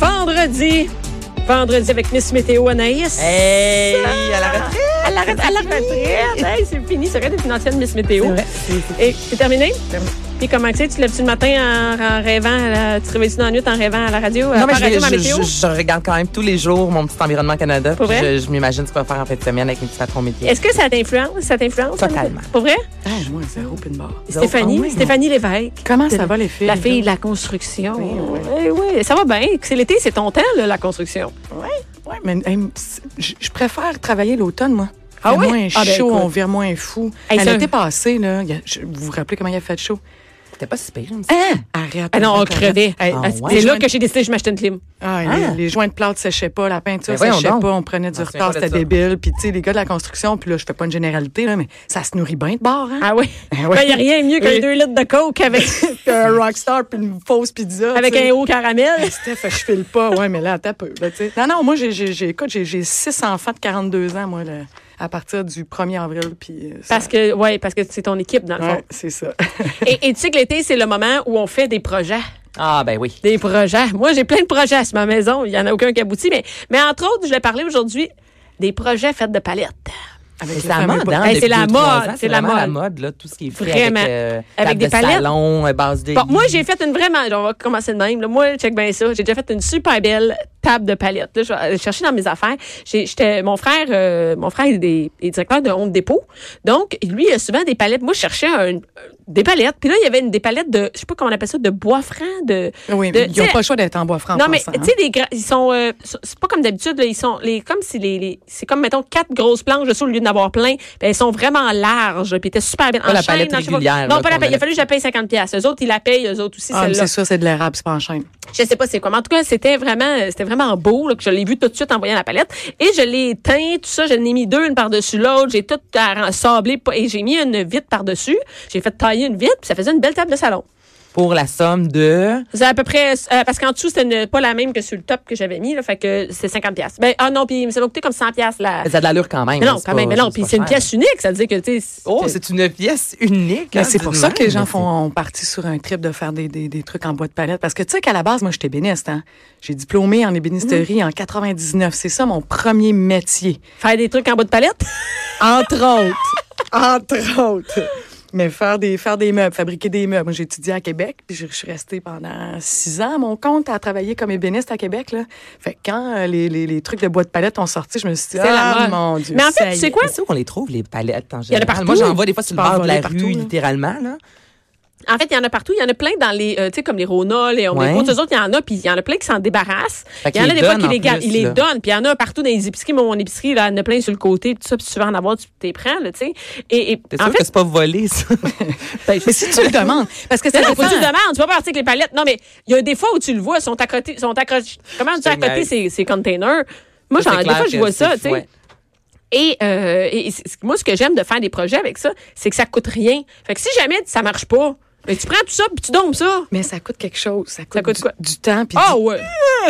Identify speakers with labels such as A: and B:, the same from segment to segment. A: Vendredi, vendredi avec Miss Météo Anaïs.
B: Hey, à la retraite.
A: À la, ret- à la retraite. Hey, c'est fini, c'est vrai, t'es une ancienne Miss Météo. Et c'est terminé?
B: Terminé.
A: Puis comment que c'est? Tu te lèves-tu le matin en, en rêvant? à la- tu te réveilles-tu dans la nuit en rêvant à la radio? à
B: Non, mais
A: la
B: je,
A: radio, ma
B: je-
A: météo?
B: je- je regarde quand même tous les jours mon petit environnement Canada.
A: Pour
B: Puis
A: vrai?
B: Je, je m'imagine ce qu'on va faire en fin de semaine avec mes petits patrons métiers.
A: Est-ce que ça t'influence? Ça t'influence?
B: Totalement.
A: Pour vrai?
C: Ah, moi, zéro pis de barre.
B: autres,
A: Stéphanie,
B: ah oui,
A: Stéphanie Lévesque.
C: Comment ça va, les filles?
A: La fille de la construction.
C: Oui, oui.
A: Eh oui, ça va bien. C'est l'été, c'est ton temps, là, la construction.
C: Ouais, mais hey, c'est- je je préfère travailler l'automne, moi.
A: Ah
C: Il fait
A: oui?
C: moins
A: Ah, ben,
C: chaud,
A: écoute.
C: on vire moins fou.
A: Hey,
C: À
A: ça-
C: L'été passé, là, il y a- je- vous vous rappelez comment il a fait chaud?
B: C'était pas si pire. il me semble.
C: Hein? Arrête.
A: Ah non, on
C: arrête,
A: crevait.
C: arrête. Hey,
B: Ah
C: les
B: ouais?
A: C'est là
C: joints-
A: que j'ai décidé que je m'achetais une clim.
C: Ah, les-
B: Ah.
C: Les, joints de plâtre séchaient pas, la peinture
B: Ben voyons
C: séchait
B: donc.
C: pas, on prenait du
B: Ah, c'est
C: retard,
B: pas de
C: c'était
B: ça.
C: débile. Puis, tu sais, les gars de la construction, puis là, je fais pas une généralité, là, mais ça se nourrit bien de bord, hein?
A: Ah oui?
C: Ben
A: Il
C: oui.
A: n'y a rien de mieux qu'un
C: Oui.
A: deux litres de coke avec,
C: Puis un rockstar, puis une fausse pizza.
A: avec
C: tu sais.
A: un haut caramel.
C: Hey, Steph, je file pas. Ouais, mais là, t'as peu. là, tu sais. non, non, moi, j'ai, j'ai, j'ai- écoute, j'ai, j'ai six enfants de 42 ans, moi, là, à partir du 1er avril. Puis, euh, ça-
A: Parce que, ouais, parce que c'est ton équipe, dans le fond.
C: Ouais, c'est ça.
A: Et, et tu sais que l'été, c'est le moment où on fait des projets.
B: Ah, ben oui.
A: Des projets. Moi, j'ai plein de projets sur ma maison. Il n'y en a aucun qui aboutit. Mais, mais entre autres, je l'ai parlé aujourd'hui, des projets faits de palettes.
C: Avec
B: C'est
C: les
B: la
C: fameux
B: mode,
C: pas-
B: hein?
A: Hey,
B: depuis
A: c'est la
B: deux, trois
A: mode,
B: ans,
A: c'est
B: C'est
A: la
B: vraiment la
A: mode.
B: mode, là. Tout ce qui est fait
A: Vraiment.
B: avec, euh,
A: Avec
B: table
A: des
B: de
A: palettes.
B: salon, euh, base de
A: Bon,
B: lit.
A: moi, j'ai fait une vraiment. On va commencer de même. là. Moi, check bien ça. J'ai déjà fait une super belle table de palette. Là, je vais aller chercher dans mes affaires. J'ai- j'étais- mon frère, euh, mon frère est, des, est directeur de Home Depot. Donc, lui, il a souvent des palettes. Moi, je cherchais un- des palettes. Puis là, il y avait une, des palettes de, je sais pas comment on appelle ça, de bois franc, de.
C: Oui,
A: de-
C: mais ils
A: tu
C: n'ont
A: sais,
C: pas le choix d'être en bois franc.
A: non,
C: en
A: mais tu
C: passant, hein.
A: sais, des gra- ils sont. euh, c'est pas comme d'habitude, là, ils sont. Les, comme si les. les- c'est comme, mettons, quatre grosses planches dessus au lieu d'en avoir plein. Ben, elles sont vraiment larges. Puis, elles étaient super bien.
B: Pas la palette
A: non, je sais pas.
B: régulière,
A: Non,
B: là,
A: pas la
B: qu'on
A: palette. Il a
B: a
A: fallu que je la paye 50$. Eux autres, ils la payent, eux autres aussi,
C: hein. Ah, mais
A: celle-là.
C: c'est ça, c'est de l'érable, c'est pas en chaîne.
A: Je sais pas c'est quoi. Mais en tout cas, c'était vraiment, c'était vraiment beau, là, que je l'ai vu tout de suite en voyant la palette. Et je l'ai teint, tout ça, je l'ai mis deux, une par-dessus l'autre, j'ai tout arran- sablé, pas- et j'ai mis une vitre par-dessus. J'ai fait tailler une vitre, puis ça faisait une belle table de salon.
B: Pour la somme de.
A: C'est à peu près, euh, parce qu'en dessous, c'était une- pas la même que sur le top que j'avais mis, là, fait que c'est 50 pièces. Ben, ah non, puis ça m'a coûté comme 100 pièces la...
B: Mais Ça a de l'allure quand même.
A: Mais non,
B: c'est
A: quand
B: pas-
A: même, mais non,
B: c'est
A: puis
B: pas
A: c'est une
B: cher.
A: pièce unique, ça veut dire que, tu sais...
B: Oh, c'est une pièce unique.
C: Mais
B: hein,
C: c'est pour
B: dis
C: ça
B: donc.
C: que les gens font, ont parti sur un trip de faire des, des, des trucs en bois de palette. Parce que tu sais qu'à la base, moi, j'étais ébéniste. Hein? J'ai diplômé en ébénisterie en 99. C'est ça mon premier métier.
A: Faire des trucs en bas de palette?
C: Entre autres. Entre autres. Mais faire des, faire des meubles, fabriquer des meubles. Moi, j'ai étudié à Québec, puis je, je suis restée pendant six ans à mon compte à travailler comme ébéniste à Québec. Là. Fait que quand euh, les, les, les trucs de bois de palette ont sorti, je me suis dit,
A: C'est la
C: ah,
A: mode.
C: mon Dieu.
A: Mais en fait,
C: ça
A: tu
C: y
A: sais
C: est.
A: quoi?
B: C'est sûr qu'on les trouve, les palettes en général.
A: partout.
B: Moi, j'en vois des fois sur le
C: Tu peux en
B: bord de la
C: voler partout,
B: rue,
C: là.
B: littéralement. Là.
A: En fait, il y en a partout. Il y en a plein dans les, euh, tu sais, comme les Rona, les Home
B: Ouais.
A: Depot, eux autres, il y en a, puis il y en a plein qui s'en débarrassent.
B: Fait
A: Il y en
B: qu'ils
A: a des
B: les
A: fois
B: donnent
A: qui
B: en
A: les gardent,
B: plus,
A: ils les
B: là.
A: donnent, puis il y en a partout dans les épiceries. Moi, Mon épicerie, là, il y en a plein sur le côté, puis tout ça, puis si tu veux en avoir, tu t'es prends, là, tu sais. Et, et
B: T'es
A: en
B: sûr
A: fait,
B: que c'est pas volé, ça?
C: Mais si tu le demandes, parce que ça
A: c'est là faut que tu
C: dépend.
A: le demandes. Tu vas pas partir avec les palettes. Non, mais il y a des fois où tu le vois, sont accrotés, sont accrochés. Comment tu
B: C'est
A: accotés
B: mal.
A: ces, ces containers? Moi, j'en,
B: Ça, c'est
A: des
B: clair
A: fois, je
B: que
A: vois
B: c'est-
A: ça, tu sais.
B: ouais.
A: Et, euh, et c- c- moi, ce que j'aime de faire des projets avec ça, c'est que ça coûte rien. Fait que si jamais ça marche pas, ben, tu prends tout ça, puis tu donnes ça.
C: Mais ça coûte quelque chose. Ça coûte,
A: coûte
C: du,
A: quoi?
C: du temps, puis
A: Ah ouais.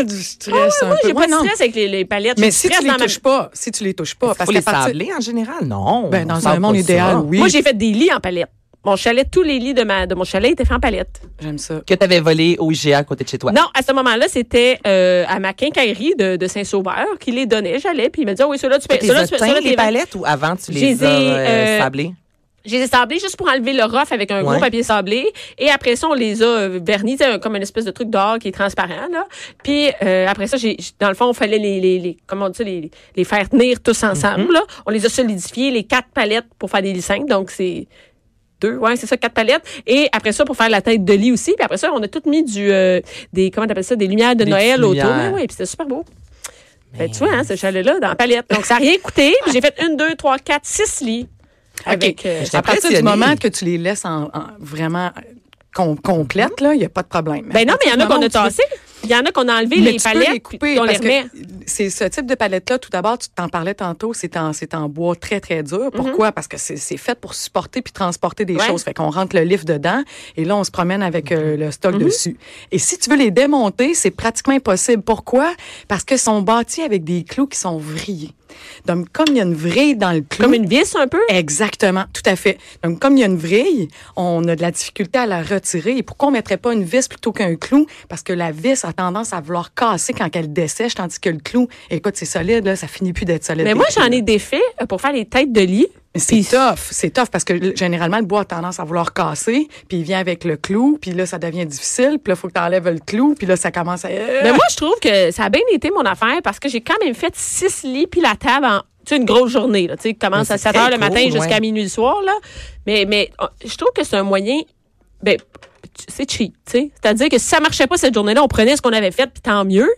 C: du, du stress un
A: Moi,
C: peu.
A: j'ai
C: Ouais,
A: pas de
C: non.
A: stress avec les, les palettes. J'ai
C: Mais
A: du
C: si
A: stress
C: tu les
A: dans ma-
C: touches pas, si tu les touches pas,
B: Parce
C: parce
B: faut les
C: qu'à partir...
B: sabler en général? Non.
C: Ben,
B: on
C: dans
B: sable
C: un monde
B: pas ça.
C: idéal, oui.
A: Moi, j'ai fait des lits en palette. Mon chalet, tous les lits de, ma, de mon chalet étaient faits en palette.
C: J'aime ça.
B: Que t'avais volé au IGA à côté de chez toi.
A: Non, à ce moment-là, c'était euh, à ma quincaillerie de, de Saint-Sauveur qui les donnait. J'allais, puis il me disait, Ah oui, ceux-là, tu peux.
B: Tu
A: Ceux-là, tu peux.
B: les
A: ceux-là,
B: as
A: t'es-
B: les palettes ou avant tu
A: Je
B: les
A: les
B: as
A: ai, euh,
B: euh, sablées?
A: Je les ai sablés juste pour enlever le rough avec un gros
B: Ouais.
A: papier sablé. Et après ça, on les a euh, vernis, tu sais, un- comme une espèce de truc d'or qui est transparent. Là. Puis euh, après ça, j'ai, j- dans le fond, on fallait les, les, les- comment on dit ça, les, les faire tenir tous ensemble.
B: Mhm.
A: là. On les a solidifiés, les quatre palettes pour faire des lits simples. Donc, c'est deux, ouais, c'est ça, quatre palettes. Et après ça, pour faire la tête de lit aussi. Puis après ça, on a tout mis du, euh, des, comment t'appelles ça, des lumières de
B: Des
A: Noël
B: petites
A: autour.
B: lumières.
A: Ben oui, puis c'était super beau. Ben, tu vois, hein, ce chalet-là, dans la palette. Donc, ça n'a rien coûté. Puis j'ai fait une, deux, trois, quatre, six lits. Avec, euh,
B: Mais je
C: À partir du
B: impressionnée.
C: moment que tu les laisses en, en- vraiment euh, com- complète, là, il n'y a pas de problème.
A: Ben non, mais il y en a qu'on a tassé.
C: tassé.
A: Il y en a qu'on a enlevé
C: Mais
A: les
C: tu peux
A: palettes,
C: les couper
A: puis on les
C: parce que
A: remet.
C: C'est ce type de palette-là, tout d'abord, tu t'en parlais tantôt, c'est en, c'est en bois très, très dur. Pourquoi? Parce que c'est, c'est fait pour supporter puis transporter des
A: Mhm. Ouais.
C: choses. Fait qu'on rentre le livre dedans et là, on se promène avec euh, le
A: Mhm.
C: stock dessus. Et si tu veux les démonter, c'est pratiquement impossible. Pourquoi? Parce que sont bâtis avec des clous qui sont vrillés. Donc, comme il y a une vrille dans le clou...
A: Comme une vis un peu.
C: Exactement, tout à fait. Donc, comme il y a une vrille, on a de la difficulté à la retirer. Et pourquoi on mettrait pas une vis plutôt qu'un clou? Parce que la vis a tendance à vouloir casser quand elle dessèche, tandis que le clou, écoute, c'est solide, là, ça finit plus d'être solide.
A: Mais
C: des
A: moi,
C: clous,
A: j'en
C: là.
A: ai des faits euh, pour faire les têtes de lit.
C: Mais C'est tough, c'est tough parce que l- généralement, le bois a tendance à vouloir casser, puis il vient avec le clou, puis là, ça devient difficile, puis là, faut que tu enlèves le clou, puis là, ça commence à...
B: Euh.
C: euh,
A: Mais moi, je trouve que ça a bien été mon affaire parce que j'ai quand même fait six lits puis la table en tu sais, une grosse journée. Là. Tu sais, commence
B: Mais
A: à
B: c'est
A: 7 heures le
B: très
A: matin
B: cool,
A: jusqu'à
B: ouais.
A: minuit le soir. Là. Mais, mais oh, je trouve que c'est un moyen. Ben, c'est cheap, tu sais. C'est-à-dire que si ça marchait pas cette journée-là, on prenait ce qu'on avait fait, puis tant mieux.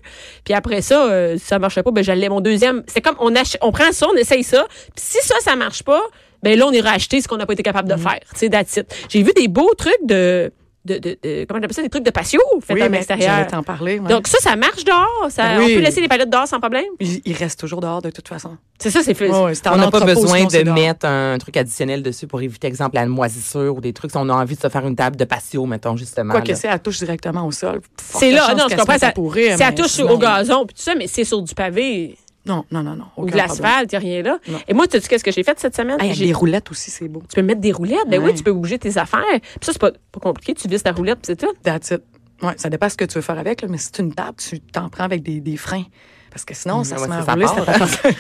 A: Puis après ça, euh, si ça marchait pas, ben j'allais mon deuxième. C'est comme on ach- on prend ça, on essaye ça. Puis si ça, ça marche pas, ben là, on ira acheter ce qu'on n'a pas été capable de
B: Mm.
A: faire. Tu sais, that's it. J'ai vu des beaux trucs de. de, de, de- comment on appelle ça? Des trucs de patio faits
C: oui,
B: ben,
A: à
C: mais
A: l'extérieur.
C: j'allais t'en parler. ouais. Ben
A: Donc ça, ça marche dehors. Ça,
C: Oui.
A: On peut laisser les palettes dehors sans problème.
C: il, il reste toujours dehors de toute façon.
A: C'est ça, c'est fait.
C: Ouais, ouais, c'est en
B: On n'a pas
C: entrepôt,
B: besoin
C: sinon, c'est
B: de
C: dehors.
B: mettre un truc additionnel dessus pour éviter, exemple, la moisissure ou des trucs. Si on a envie de se faire une table de patio, mettons, justement.
C: Quoi que
B: là.
C: c'est, elle touche directement au sol. Forte
A: C'est là,
C: chance
A: non, je
C: qu'elle
A: comprends.
C: se mette à
A: Ça,
C: pourrir,
A: ça
C: mais
A: touche
C: sinon-
A: au gazon, puis tout ça, mais c'est sur du pavé
C: Non, non, non, non.
A: ou
C: aucun
A: de l'asphalte, y a rien là.
C: Non.
A: Et moi, tu sais qu'est-ce que j'ai fait cette semaine?
C: problème. Hey, avec
A: J'ai-
C: des roulettes aussi, c'est beau.
A: tu peux mettre des roulettes. Ben oui,
C: Ouais.
A: tu peux bouger tes affaires. Puis ça, c'est pas, pas compliqué. Tu vises ta roulette, puis c'est tout.
C: That's it. Ouais, ça dépend ce que tu veux faire avec, là, mais si c'est une table, tu t'en prends avec des, des freins. Parce que sinon, ça
B: Ouais,
C: se met
B: ça,
C: à
B: ça
C: rouler.
B: part.
C: ça part.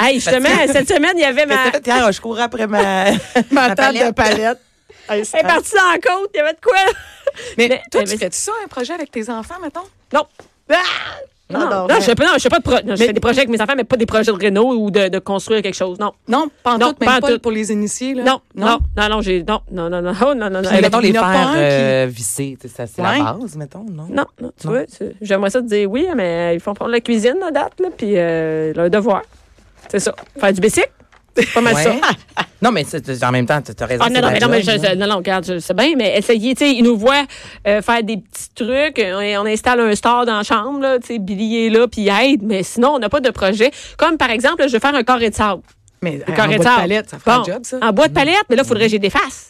A: Hey, justement, cette semaine, il y avait ma.
B: Qu'est-ce que t'as fait hier? je cours après ma,
C: Ma table de palette. Hey,
A: Elle est
C: c'est-
A: partie dans la côte, il y avait de quoi?
C: mais,
A: Mais- eh,
C: toi,
A: mais-
C: tu fais-tu ça, un projet avec tes enfants, mettons?
A: Non. Non,
C: Non,
A: non,
C: non,
A: je fais pas, non, je fais pas de pro- non, je fais des projets avec mes enfants, mais pas des projets de réno ou de, de construire quelque chose. Non.
C: Non, pas en
A: Non,
C: tout, même
A: pas en
C: pas,
A: tout.
C: pour les initiés. Là.
A: Non, non, non, non, j'ai. Non, non, non, non, non, non, non.
B: Euh, mettons,
C: il y
B: les
C: en a pas
B: faire
C: un qui-
B: euh, visser. tu sais, ça, C'est
C: Ouais.
B: la base, mettons, non?
A: Non, non, tu
B: Non.
A: vois, tu- j'aimerais ça te dire oui, mais ils font prendre la cuisine à date, là, puis euh, leur devoir. C'est ça. Faire du basic. C'est pas mal
B: Ouais.
A: ça.
B: Non, mais c'est- c'est- en même temps, t'as t'as raison.
A: Ah non,
B: c'est
A: non, mais
B: la
A: non, mais
B: job, hein.
A: je-
C: hein.
B: là.
A: je- non, non, regarde, je sais bien, mais essayez, tu sais, ils nous voient euh, faire des petits trucs, on, on installe un store dans la chambre, là, tu sais, Billy est là, puis il aide, mais sinon, on n'a pas de projet. Comme, par exemple, là, je veux faire un carré de sable.
C: Mais
A: Un
C: euh, en
A: carré de
C: bois de
A: sable.
C: palette, ça fait un
A: Bon,
C: job, ça. Mm.
A: En bois de palette, mais là, il faudrait que j'ai des faces.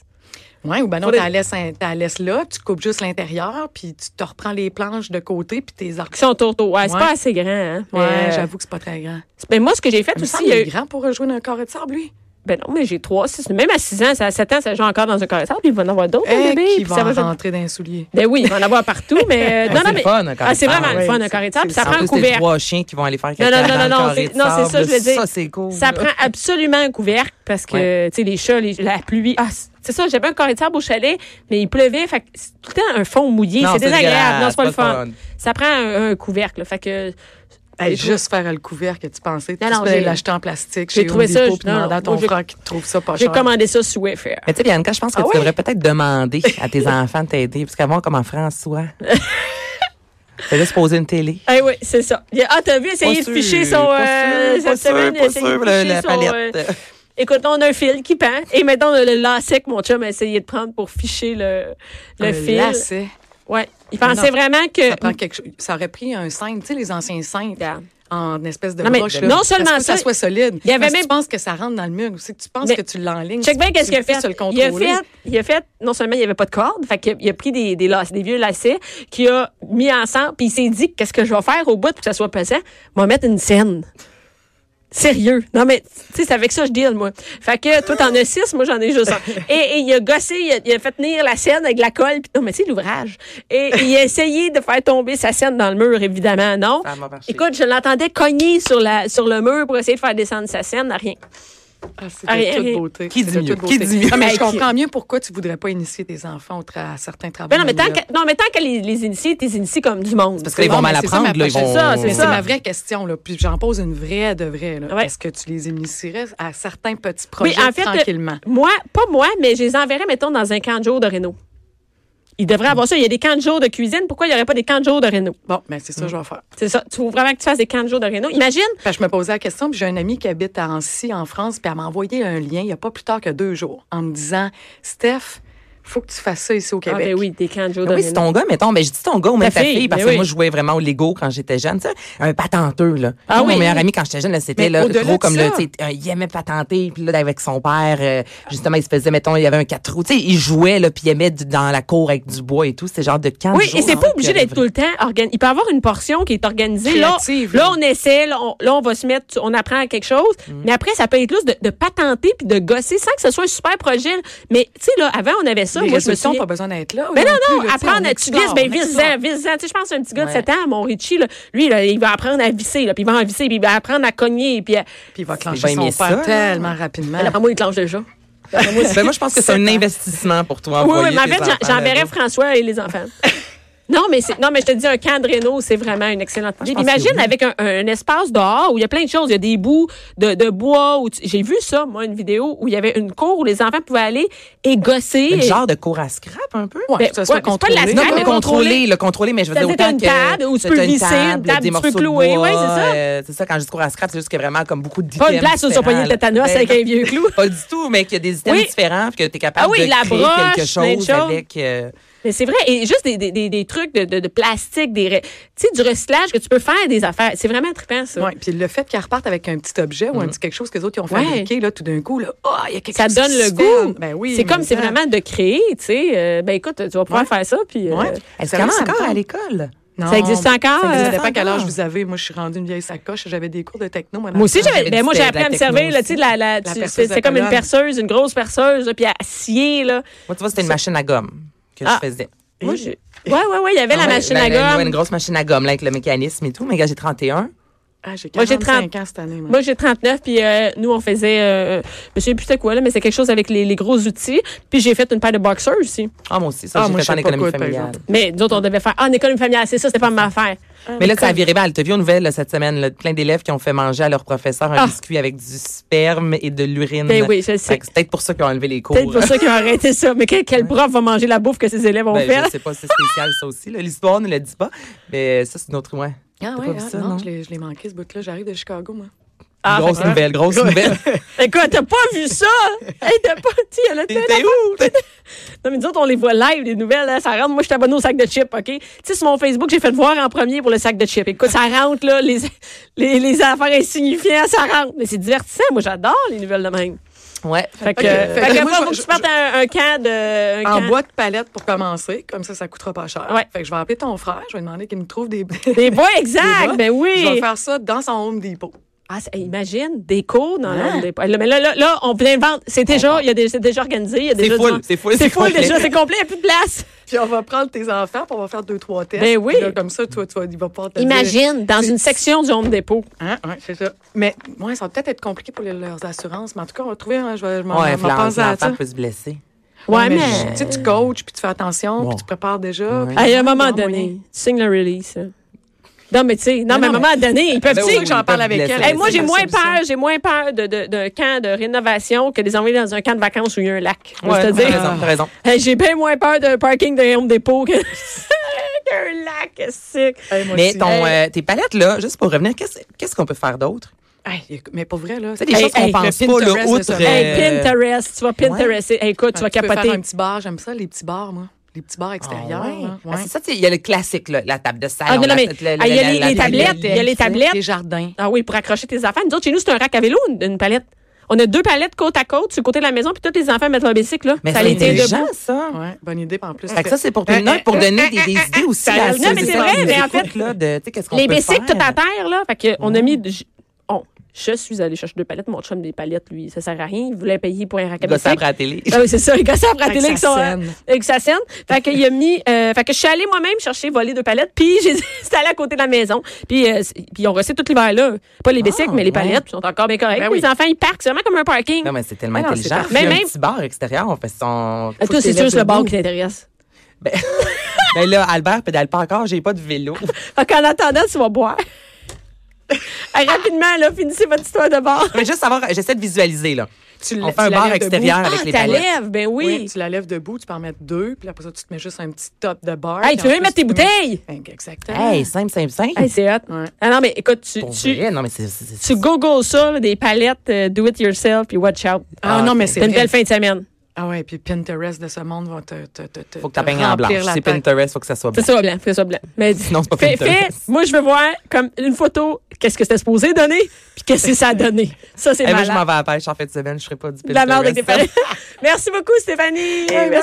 C: Oui, ou ben non,
A: Faudrait-
C: t'en laisses, un- t'en laisses là, tu coupes juste l'intérieur, puis tu te reprends les planches de côté, puis tes arcs.
A: Qui sont autour. Ouais, c'est
C: Ouais.
A: pas assez grand, hein.
C: Ouais,
A: mais, euh,
C: j'avoue que c'est pas très grand.
A: Mais moi, ce que j'ai fait
C: Tu
A: aussi,
C: sais,
A: il
C: il
A: y a eu-
C: est grand pour rejoindre un carré de sable, lui.
A: Ben non, mais j'ai trois, six. Même à 6 ans, ça- à 7 ans, ça joue encore dans un carré de sable, puis il va en avoir d'autres,
C: Eh,
A: le bébé.
C: qui
A: puis ça
C: va
A: va
C: en
A: jouer-
C: rentrer dans les souliers.
A: Ben oui, il va en avoir partout, mais. euh, non,
B: Ah, c'est
A: non,
B: le
A: mais.
B: fun, un carré
A: ah, c'est
B: de
A: vraiment
B: sable.
A: le fun,
C: Ouais,
A: un carré de
C: c'est-
A: sable, puis ça
C: c'est-
B: En
A: prend un
B: plus, c'est
A: couvert.
B: trois chiens qui vont aller faire quelque
A: non,
B: chose.
A: non,
B: dans le
A: non, non,
B: carré
A: c'est-
B: de
A: non, c'est
B: sable,
A: ça, je veux dire.
B: Ça, c'est cool.
A: Ça prend absolument un couvercle parce que,
B: Ouais.
A: tu sais, les chats, les- la pluie. Ah, c'est- c'est ça, j'avais un carré de sable au chalet, mais il pleuvait. Fait que c'est tout le temps un fond mouillé.
B: Non,
A: C'est
B: c'est
A: désagréable.
B: dégueulasse,
A: Non, c'est pas le
B: pas le
A: fun.
B: fun.
A: Ça prend un, un couvercle. là, Fait que.
C: Hey,
A: j'ai trouvé-
C: juste faire le couvert que tu pensais.
A: Non,
C: tu
A: non,
C: peux aller
A: j'ai-
C: l'acheter en plastique.
A: j'ai
C: J'ai
A: trouvé
C: trouvé
A: ça,
C: ça.
A: je- non,
C: demandé à
A: moi,
C: ton
A: j'ai-
C: frère qui trouve ça pas
A: J'ai
C: cher.
A: commandé ça sur Wayfair.
B: Mais tu sais, Bianca, je pense que
C: Ah
B: tu
C: ouais?
B: devrais peut-être demander à tes enfants de t'aider, parce qu'elles vont comme en François. Fais juste poser une télé.
A: Eh oui, c'est ça. Il y a- Ah, t'as vu, essayer
B: Pas
A: de ficher
B: sûr,
A: son.
B: pas
A: euh,
B: sûr, pas
A: cette semaine,
B: sûr, pas
A: essayer de
B: sûr, la-
A: ficher
B: la
A: son,
B: palette.
A: euh, Écoute, on a un fil qui pend. Et maintenant, on a le lacet que mon chum a essayé de prendre pour ficher le, le
C: Un
A: fil.
C: Ah,
A: Euh,
C: lacet.
A: Ouais. Il pensait
C: Non,
A: vraiment que.
C: Ça, prend quelque... chose. ça aurait pris un cintre, tu sais, les anciens cintres.
A: Regarde.
C: En espèce de
A: Non, mais
C: broche.
A: non seulement
C: que
A: ça,
C: ça soit solide.
A: il y avait
C: Parce que
A: même-
C: Tu penses que ça rentre dans le mur aussi. Tu penses
A: Mais-
C: que tu l'enlignes.
A: Check bien
C: tu-
A: qu'est-ce
C: tu
A: qu'il a
C: le fais
A: fait.
C: sur le
A: il a
C: contrôler.
A: fait, il a fait, non seulement il n'y avait pas de corde, fait qu'il a- il a pris des, des, lac- des vieux lacets qu'il a mis ensemble, puis il s'est dit, qu'est-ce que je vais faire au bout pour que ça soit pesant? Je vais mettre une scène. Sérieux. Non, mais, tu sais, c'est avec ça que je deal, moi. Fait que, toi, t'en as six, moi, j'en ai juste un. Et, et il a gossé, il a, il a fait tenir la scène avec la colle, puis non, mais c'est l'ouvrage. Et il a essayé de faire tomber sa scène dans le mur, évidemment, non.
B: Ça a pas marché.
A: Écoute, je l'entendais cogner sur, la, sur le mur pour essayer de faire descendre sa scène, rien.
C: Ah, c'est
A: Ah, rien,
C: de toute
A: rien.
C: beauté.
B: Qui
C: C'est
B: dit
C: de
B: mieux?
C: toute beauté.
B: Qui dit mieux?
C: Non, mais
A: Hey,
C: je
A: qui-
C: comprends mieux pourquoi tu voudrais pas initier tes enfants au tra- à certains travaux.
A: Ben non, mais tant
C: manuels.
A: que, non, mais tant que les, les initiés, t'es initiés comme du monde.
B: Parce que là, ils vont
C: bon,
B: mal
C: mais c'est ça,
B: apprendre,
C: ma
B: là. Ils
C: prochaine-
B: vont...
A: ça,
C: Mais
A: c'est
C: c'est ma vraie question, là. Puis j'en pose une vraie de vraie, là.
A: Ouais.
C: Est-ce que tu les initierais à certains petits
A: Oui,
C: projets
A: en fait,
C: tranquillement?
A: euh, moi, pas moi, mais je les enverrais, mettons, dans un camp de jour de Renault. Il devrait avoir ça. Il y a des camps de jour de cuisine. Pourquoi il n'y aurait pas des camps de jour de Renault?
C: Bon, ben c'est ça que je vais faire.
A: C'est ça. Tu veux vraiment que tu fasses des camps de jour de Renault? Imagine.
C: Parce que je me posais la question, puis j'ai un ami qui habite à Annecy, en France, puis elle m'a envoyé un lien il n'y a pas plus tard que deux jours, en me disant, Steph, faut que tu fasses ça ici au
A: Ah,
C: Québec.
A: ben oui, des camps de Joe
B: Ah Oui, c'est ton gars, mettons. Ben, je dis ton gars, ou même ta fille, parce que
A: mais
B: moi,
A: ben oui.
B: je jouais vraiment au Lego quand j'étais jeune. Tu sais, un patenteux, là.
A: Ah
B: Moi,
A: oui.
B: Mon meilleur ami, quand j'étais jeune, là, c'était
C: Mais
B: là,
C: au-delà
B: gros
C: de
B: comme
C: ça.
B: le, tu sais, euh, il aimait patenter, puis là, avec son père, euh, justement, il se faisait, mettons, il y avait un quatre roues. Tu sais, il jouait, là, puis il aimait du- dans la cour avec du bois et tout. C'est genre de camp.
A: Oui,
B: de jour,
A: et c'est
B: hein,
A: pas obligé
B: puis,
A: d'être tout le temps. organ- Il peut y avoir une portion qui est organisée. Là,
C: Créative,
A: là,
C: là.
A: on essaie, là, on, là, on va se mettre, on apprend à quelque chose.
B: Mm.
A: Mais après, ça peut être plus de, de patenter puis de gosser sans que ce soit un super projet. Mais, tu sais, là, avant, on avait ça.
C: Les
A: Moi, je me
C: résolutions,
A: souviens.
C: pas besoin d'être là.
A: Mais non,
C: plus,
A: non,
C: là, tu sais,
A: apprendre
C: on
A: à tu
C: explore,
A: glisses, ben
C: on
A: vise-en,
C: explore.
A: vise-en. Tu sais, je pense à un petit gars de
B: Ouais.
A: 7 ans, mon Richie, là, lui, là, il va apprendre à visser, là, puis il va en visser, puis il va apprendre à cogner, puis à...
C: Puis il va
B: va
C: clencher son
B: aimer Ben,
C: père
B: ça, là.
C: tellement rapidement.
A: Après moi, il clenche déjà.
B: Ben, moi, je pense que c'est un investissement pour toi.
A: Oui, oui,
B: envoyer
A: mais en
B: tes
A: fait, j'en-
B: enfants
A: j'enverrais
B: là-bas.
A: François et les enfants. Non mais, c'est- non, mais je te dis, un camp de réno, c'est vraiment une excellente idée.
B: pense
A: Puis Imagine
B: que oui.
A: avec un, un espace dehors où il y a plein de choses. Il y a des bouts de, de bois. où tu- J'ai vu ça, moi, une vidéo où il y avait une cour où les enfants pouvaient aller et gosser.
B: Un
A: et-
B: genre de cour à scrap, un peu.
C: Ouais,
A: Ben,
C: que ça soit
A: ouais, mais c'est pas de
C: contrôlé.
A: la
B: Non,
A: Ouais,
B: mais
A: mais contrôlé.
B: contrôlé, le contrôlé, mais je veux dire
A: C'est-à-dire
B: autant
A: une
B: que
A: table où tu peux
B: t'as
A: visser, une table,
B: des
A: tu peux
B: morceaux de
A: clouer,
B: bois,
A: ouais, c'est ça.
B: euh, c'est ça quand je dis cours à scrap, c'est juste qu'il y a vraiment comme beaucoup d'items.
A: Pas une place où tu vas
B: différents,
A: pogner le
B: là.
A: tétanos
B: Ben,
A: avec un vieux clou.
B: Pas du tout, mais qu'il y a des items
A: Oui.
B: différents, puis que tu es capable
A: Ah oui,
B: de
A: la
B: créer
A: broche,
B: quelque
A: plein de
B: chose
A: choses.
B: avec euh,
A: Mais c'est vrai, et juste des, des, des, des trucs de, de, de plastique, des, re- tu sais, du recyclage que tu peux faire des affaires. C'est vraiment trippant, ça. Mm.
C: Ouais, puis le fait qu'elles repartent avec un petit objet ou un petit quelque chose que les autres ils ont
A: Ouais.
C: fabriqué, là, tout d'un coup, là, Ah, il y a quelque
A: Ça
C: chose
A: donne
C: qui
A: le
C: se fait.
A: goût.
C: Ben oui.
A: c'est comme
C: mais
A: c'est
C: ça.
A: vraiment de créer, tu sais. euh, ben écoute, tu vas pouvoir
C: Ouais.
A: faire ça, puis. euh,
C: Ouais.
B: Est-ce
C: Ça,
B: qu'il y en a
C: ça me
B: encore à
C: tente.
B: l'école?
C: Non,
A: Ça existe encore,
C: Ça
A: euh,
C: dépend quel
B: encore?
C: âge vous avez. Moi, je suis rendue une vieille sacoche. J'avais des cours de techno. moi,
A: Moi
C: dans le
A: aussi,
C: temps.
A: j'avais.
B: j'avais
A: Ben,
B: dit
A: moi, j'ai
B: c'était
A: appris
B: de
A: à
B: la
A: me servir, là, tu sais, de la, la, tu-
C: perceuse
A: c'est c'est
C: à
A: comme une
C: colonne.
A: perceuse, une grosse perceuse, là, puis à scier, là.
B: Moi, tu vois, c'était une machine à gomme que
A: Ah.
B: je faisais.
A: Moi, j'ai. Ouais, ouais, ouais, il y avait la
B: Ah Ouais,
A: machine
B: la-
A: à
B: la- une- ouais,
A: gomme.
B: Une grosse machine à gomme, là, avec le mécanisme et tout. Mais gars, j'ai 31.
C: Ah, j'ai
A: Moi, j'ai
C: 45 ans cette année. moi.
A: Moi, j'ai 39, puis euh, nous, on faisait. Euh, je sais plus c'était quoi, là, mais c'est quelque chose avec les, les gros outils. Puis j'ai fait une paire de boxers aussi.
B: Ah, moi aussi, ça,
C: Ah,
B: j'ai
C: moi, je
B: fait en
C: sais pas
B: économie
C: quoi, par
B: familiale.
C: exemple.
A: Mais nous autres, on devait faire. Ah, en économie familiale, c'est ça, c'était pas ma affaire.
C: Ah.
B: Mais là, ça a viré mal. T'as vu aux nouvelles là, cette semaine, là, plein d'élèves qui ont fait manger à leur professeur un
A: Ah.
B: biscuit avec du sperme et de l'urine.
A: Ben oui, je le sais.
B: Fait que C'est peut-être pour ça qu'ils ont enlevé les cours. hein.
A: Peut-être pour
B: là.
A: ça qu'ils ont arrêté ça. Mais quel, quel prof va manger la bouffe que ses élèves ont
B: Ben,
A: fait?
B: je sais pas si c'est spécial, ça aussi. là. L'histoire ne le dit pas. Mais ça, c'est une autre. Ouais.
C: Ah,
B: T'as
C: ouais,
B: pas vu
A: hein?
C: ah,
B: ça,
C: non,
B: non?
C: je l'ai- je l'ai manqué, ce bout-là. J'arrive de Chicago, moi.
A: Ah,
B: grosse
A: fait-
B: nouvelle, grosse nouvelle.
A: Écoute, t'as pas vu ça? hey, t'as pas. Tu sais, il y en a tellement.
B: T'es où?
A: Non, mais nous autres, on les voit live, les nouvelles, là, ça rentre. Moi, je suis abonnée au sac de chips, OK? Tu sais, sur mon Facebook, j'ai fait voir en premier pour le sac de chips. Écoute, ça rentre, là, les, les, les affaires insignifiantes, ça rentre. Mais c'est divertissant. Moi, j'adore les nouvelles de même.
B: Ouais.
A: Fait que,
C: Ok.
A: euh, fait
C: Fait que
A: que
C: moi,
A: après,
C: je-
A: faut que tu
C: je-
A: partes un, un camp de. Un
C: En
A: camp.
C: boîte palette pour commencer. Comme ça, ça coûtera pas cher.
A: Ouais.
C: Fait que je vais appeler ton frère. Je vais demander qu'il me trouve des.
A: Des voix, exact.
C: boîtes.
A: Ben oui.
C: Je vais faire ça dans son Home Depot.
A: Ah, c'est- hey, imagine, des cours dans
C: Hein?
A: l'homme des poils. Mais là, là, là, on l'invente. C'est déjà, il y a des- c'est déjà organisé. il y a déjà du
B: full,
A: monde.
B: c'est full,
A: C'est
B: c'est
A: full
B: complet.
A: déjà, c'est complet, il n'y a plus de place.
C: Puis on va prendre tes enfants, puis on va faire deux, trois tests.
A: Ben oui.
C: Puis là, comme ça, toi, tu vas, il va pas te
A: Imagine, dans une section du Home Depot.
C: Hein? Ouais, c'est ça. Mais ouais, ça va peut-être être compliqué pour les- leurs assurances, mais en tout cas, on va trouver. hein, je vais je m'en
B: Ouais,
C: m'en penser à ça.
B: l'enfant peut se blesser.
A: Ouais, mais.
C: je- Tu sais, tu coaches, puis tu fais attention,
B: Bon.
C: puis tu prépares déjà.
B: Ouais.
C: puis-
A: Hey, à un moment
C: Non,
A: donné,
C: moyen.
A: tu signes le release. hein. Non, mais tu sais, non, mais à un
C: non,
A: moment donné, ils peuvent
B: Ben
A: tu
B: oui,
A: sais,
B: oui,
A: j'en
B: ils
A: parle
B: peuvent
A: avec
B: blesser,
A: elle.
B: blesser,
A: Hey, moi, j'ai
C: la
A: moins
C: solution.
A: peur, j'ai moins peur de, de, d'un camp de rénovation que des envoyer dans un camp de vacances où il y a un lac.
B: Ouais,
A: Je
B: t'as
A: te dis.
B: raison, t'as raison.
A: Hey, j'ai bien moins peur d'un parking de Home Depot que- qu'un lac, sick.
C: Hey, moi
B: Mais
C: aussi.
B: ton,
C: Hey,
B: euh, tes palettes, là, juste pour revenir, qu'est-ce qu'est-ce qu'on peut faire d'autre?
C: hey, écoute, mais pour vrai, là.
B: Tu sais, des
A: Hey,
B: choses qu'on
A: hey,
B: pense
C: le
B: pas, là,
C: Pinterest de
B: outre.
C: ce-
A: Hey,
B: euh,
A: Pinterest, tu vas Pinterest. Hey, écoute, tu vas
C: Ah, Peux faire un
A: capoter.
C: petit bar, j'aime ça, les petits bars, moi. Les petits bars extérieurs.
B: Ah ouais.
C: là.
B: Ah, c'est ça, tu sais, il y a le classique, là, la table de salle.
A: hein. Ah, non, non, mais, ah, il y a les- les tablettes, il y a les tablettes.
C: Les jardins.
A: Ah oui, pour accrocher tes affaires. Nous autres, chez nous, c'est un rack à vélo, une, une palette. On a deux palettes côte à côte, sur le côté de la maison, puis tous les enfants mettent leur bicycle, là.
B: Mais
A: ça
B: c'est
A: les tient
B: intelligent,
A: debout.
B: ça.
C: Ouais, bonne idée, puis en plus.
B: Fait que ça, c'est pour,
C: Euh,
B: non,
C: euh,
B: pour donner des, des idées aussi
A: ça-
B: à
A: non,
B: ceux
A: mais
B: et
A: c'est
B: celles
A: vrai,
B: qui nous
A: mais en
B: écoutent,
A: fait,
B: là, de, tu sais, qu'est-ce qu'on
A: Les
B: peut
A: bicycles tout
B: faire.
A: à terre, là. Fait que on a mis. j- On, je suis allée chercher deux palettes. Mon chum, des palettes, lui, ça sert à rien. Il voulait payer pour un rack à
B: Gosse après
A: bicycle.
B: la télé.
A: Ah oui, c'est ça, les gars, ça après la
C: Fait que
A: télé
C: ça
A: qui sont
C: scène.
A: euh, que ça scène. Fait que il a mis euh, fait que je suis allée moi-même chercher voler deux palettes puis j'ai installé à côté de la maison. Puis euh, c'est- puis on restait tout l'hiver là, pas les bicycles mais les
B: ouais.
A: palettes, puis ils sont encore bien corrects.
C: Ah, Ben
A: Puis Les
C: oui.
A: enfants ils parquent, c'est vraiment comme un parking.
B: Non, mais c'est tellement
C: Ah non, c'est
B: intelligent.
C: parfait.
B: Mais
A: Mais
B: même.
A: même-
B: Un petit bar extérieur, on fait son.
A: Euh,
B: faut que
A: Toi, c'est
B: tu lèves
A: juste le bar
B: debout.
A: qui t'intéresse.
B: Ben, ben là, Albert pédale pas encore, j'ai pas de vélo.
A: Fait qu'en attendant, tu vas boire. Hey, rapidement, là, finissez votre histoire de bar.
B: Mais juste savoir, j'essaie de visualiser, là.
C: Tu
B: On
C: la-
B: fait
C: tu
B: un
C: la
B: bar
C: lèves debout.
B: extérieur avec
A: ah,
B: les
A: ta
B: palettes.
A: lève, ben oui.
C: Oui. tu la lèves debout, tu peux en mettre deux, puis après ça, tu te mets juste un petit top de bar.
A: Hey,
C: puis
A: tu veux
C: en
A: même
C: plus,
A: mettre tes
C: tu peux mettre-
A: bouteilles?
C: Exactement.
B: Hey, simple, simple, simple.
A: Ah. Hey, c'est hot.
C: Ouais.
A: Ah non, mais écoute, tu,
B: Pour
A: tu,
B: vrai, non, mais c'est. c'est- c'est-
A: tu googles ça, là, des palettes euh, do it yourself, puis watch out.
C: Ah, non, mais c'est
A: T'as une
C: vrai.
A: belle fin de semaine.
C: Ah ouais, puis Pinterest de ce monde va te. te, te, te
B: Faut que tu peignes en
C: remplir
B: blanche.
C: la
B: C'est
C: tête.
B: Pinterest, faut que ça soit
A: C'est
B: blanc.
A: ça blanc, fais ça blanc. Mais
B: Sinon, c'est pas
A: fais,
B: Pinterest.
A: fais- moi je veux voir comme une photo, qu'est-ce que c'était supposé donner, puis qu'est-ce que ça a donné. Ça c'est
B: Eh ben,
A: malade.
B: je m'en vais à la pêche en fin de semaine, je serai pas du
A: De la
B: Pinterest.
A: merde avec des parents. Merci beaucoup Stéphanie.
C: Ouais,
A: Merci.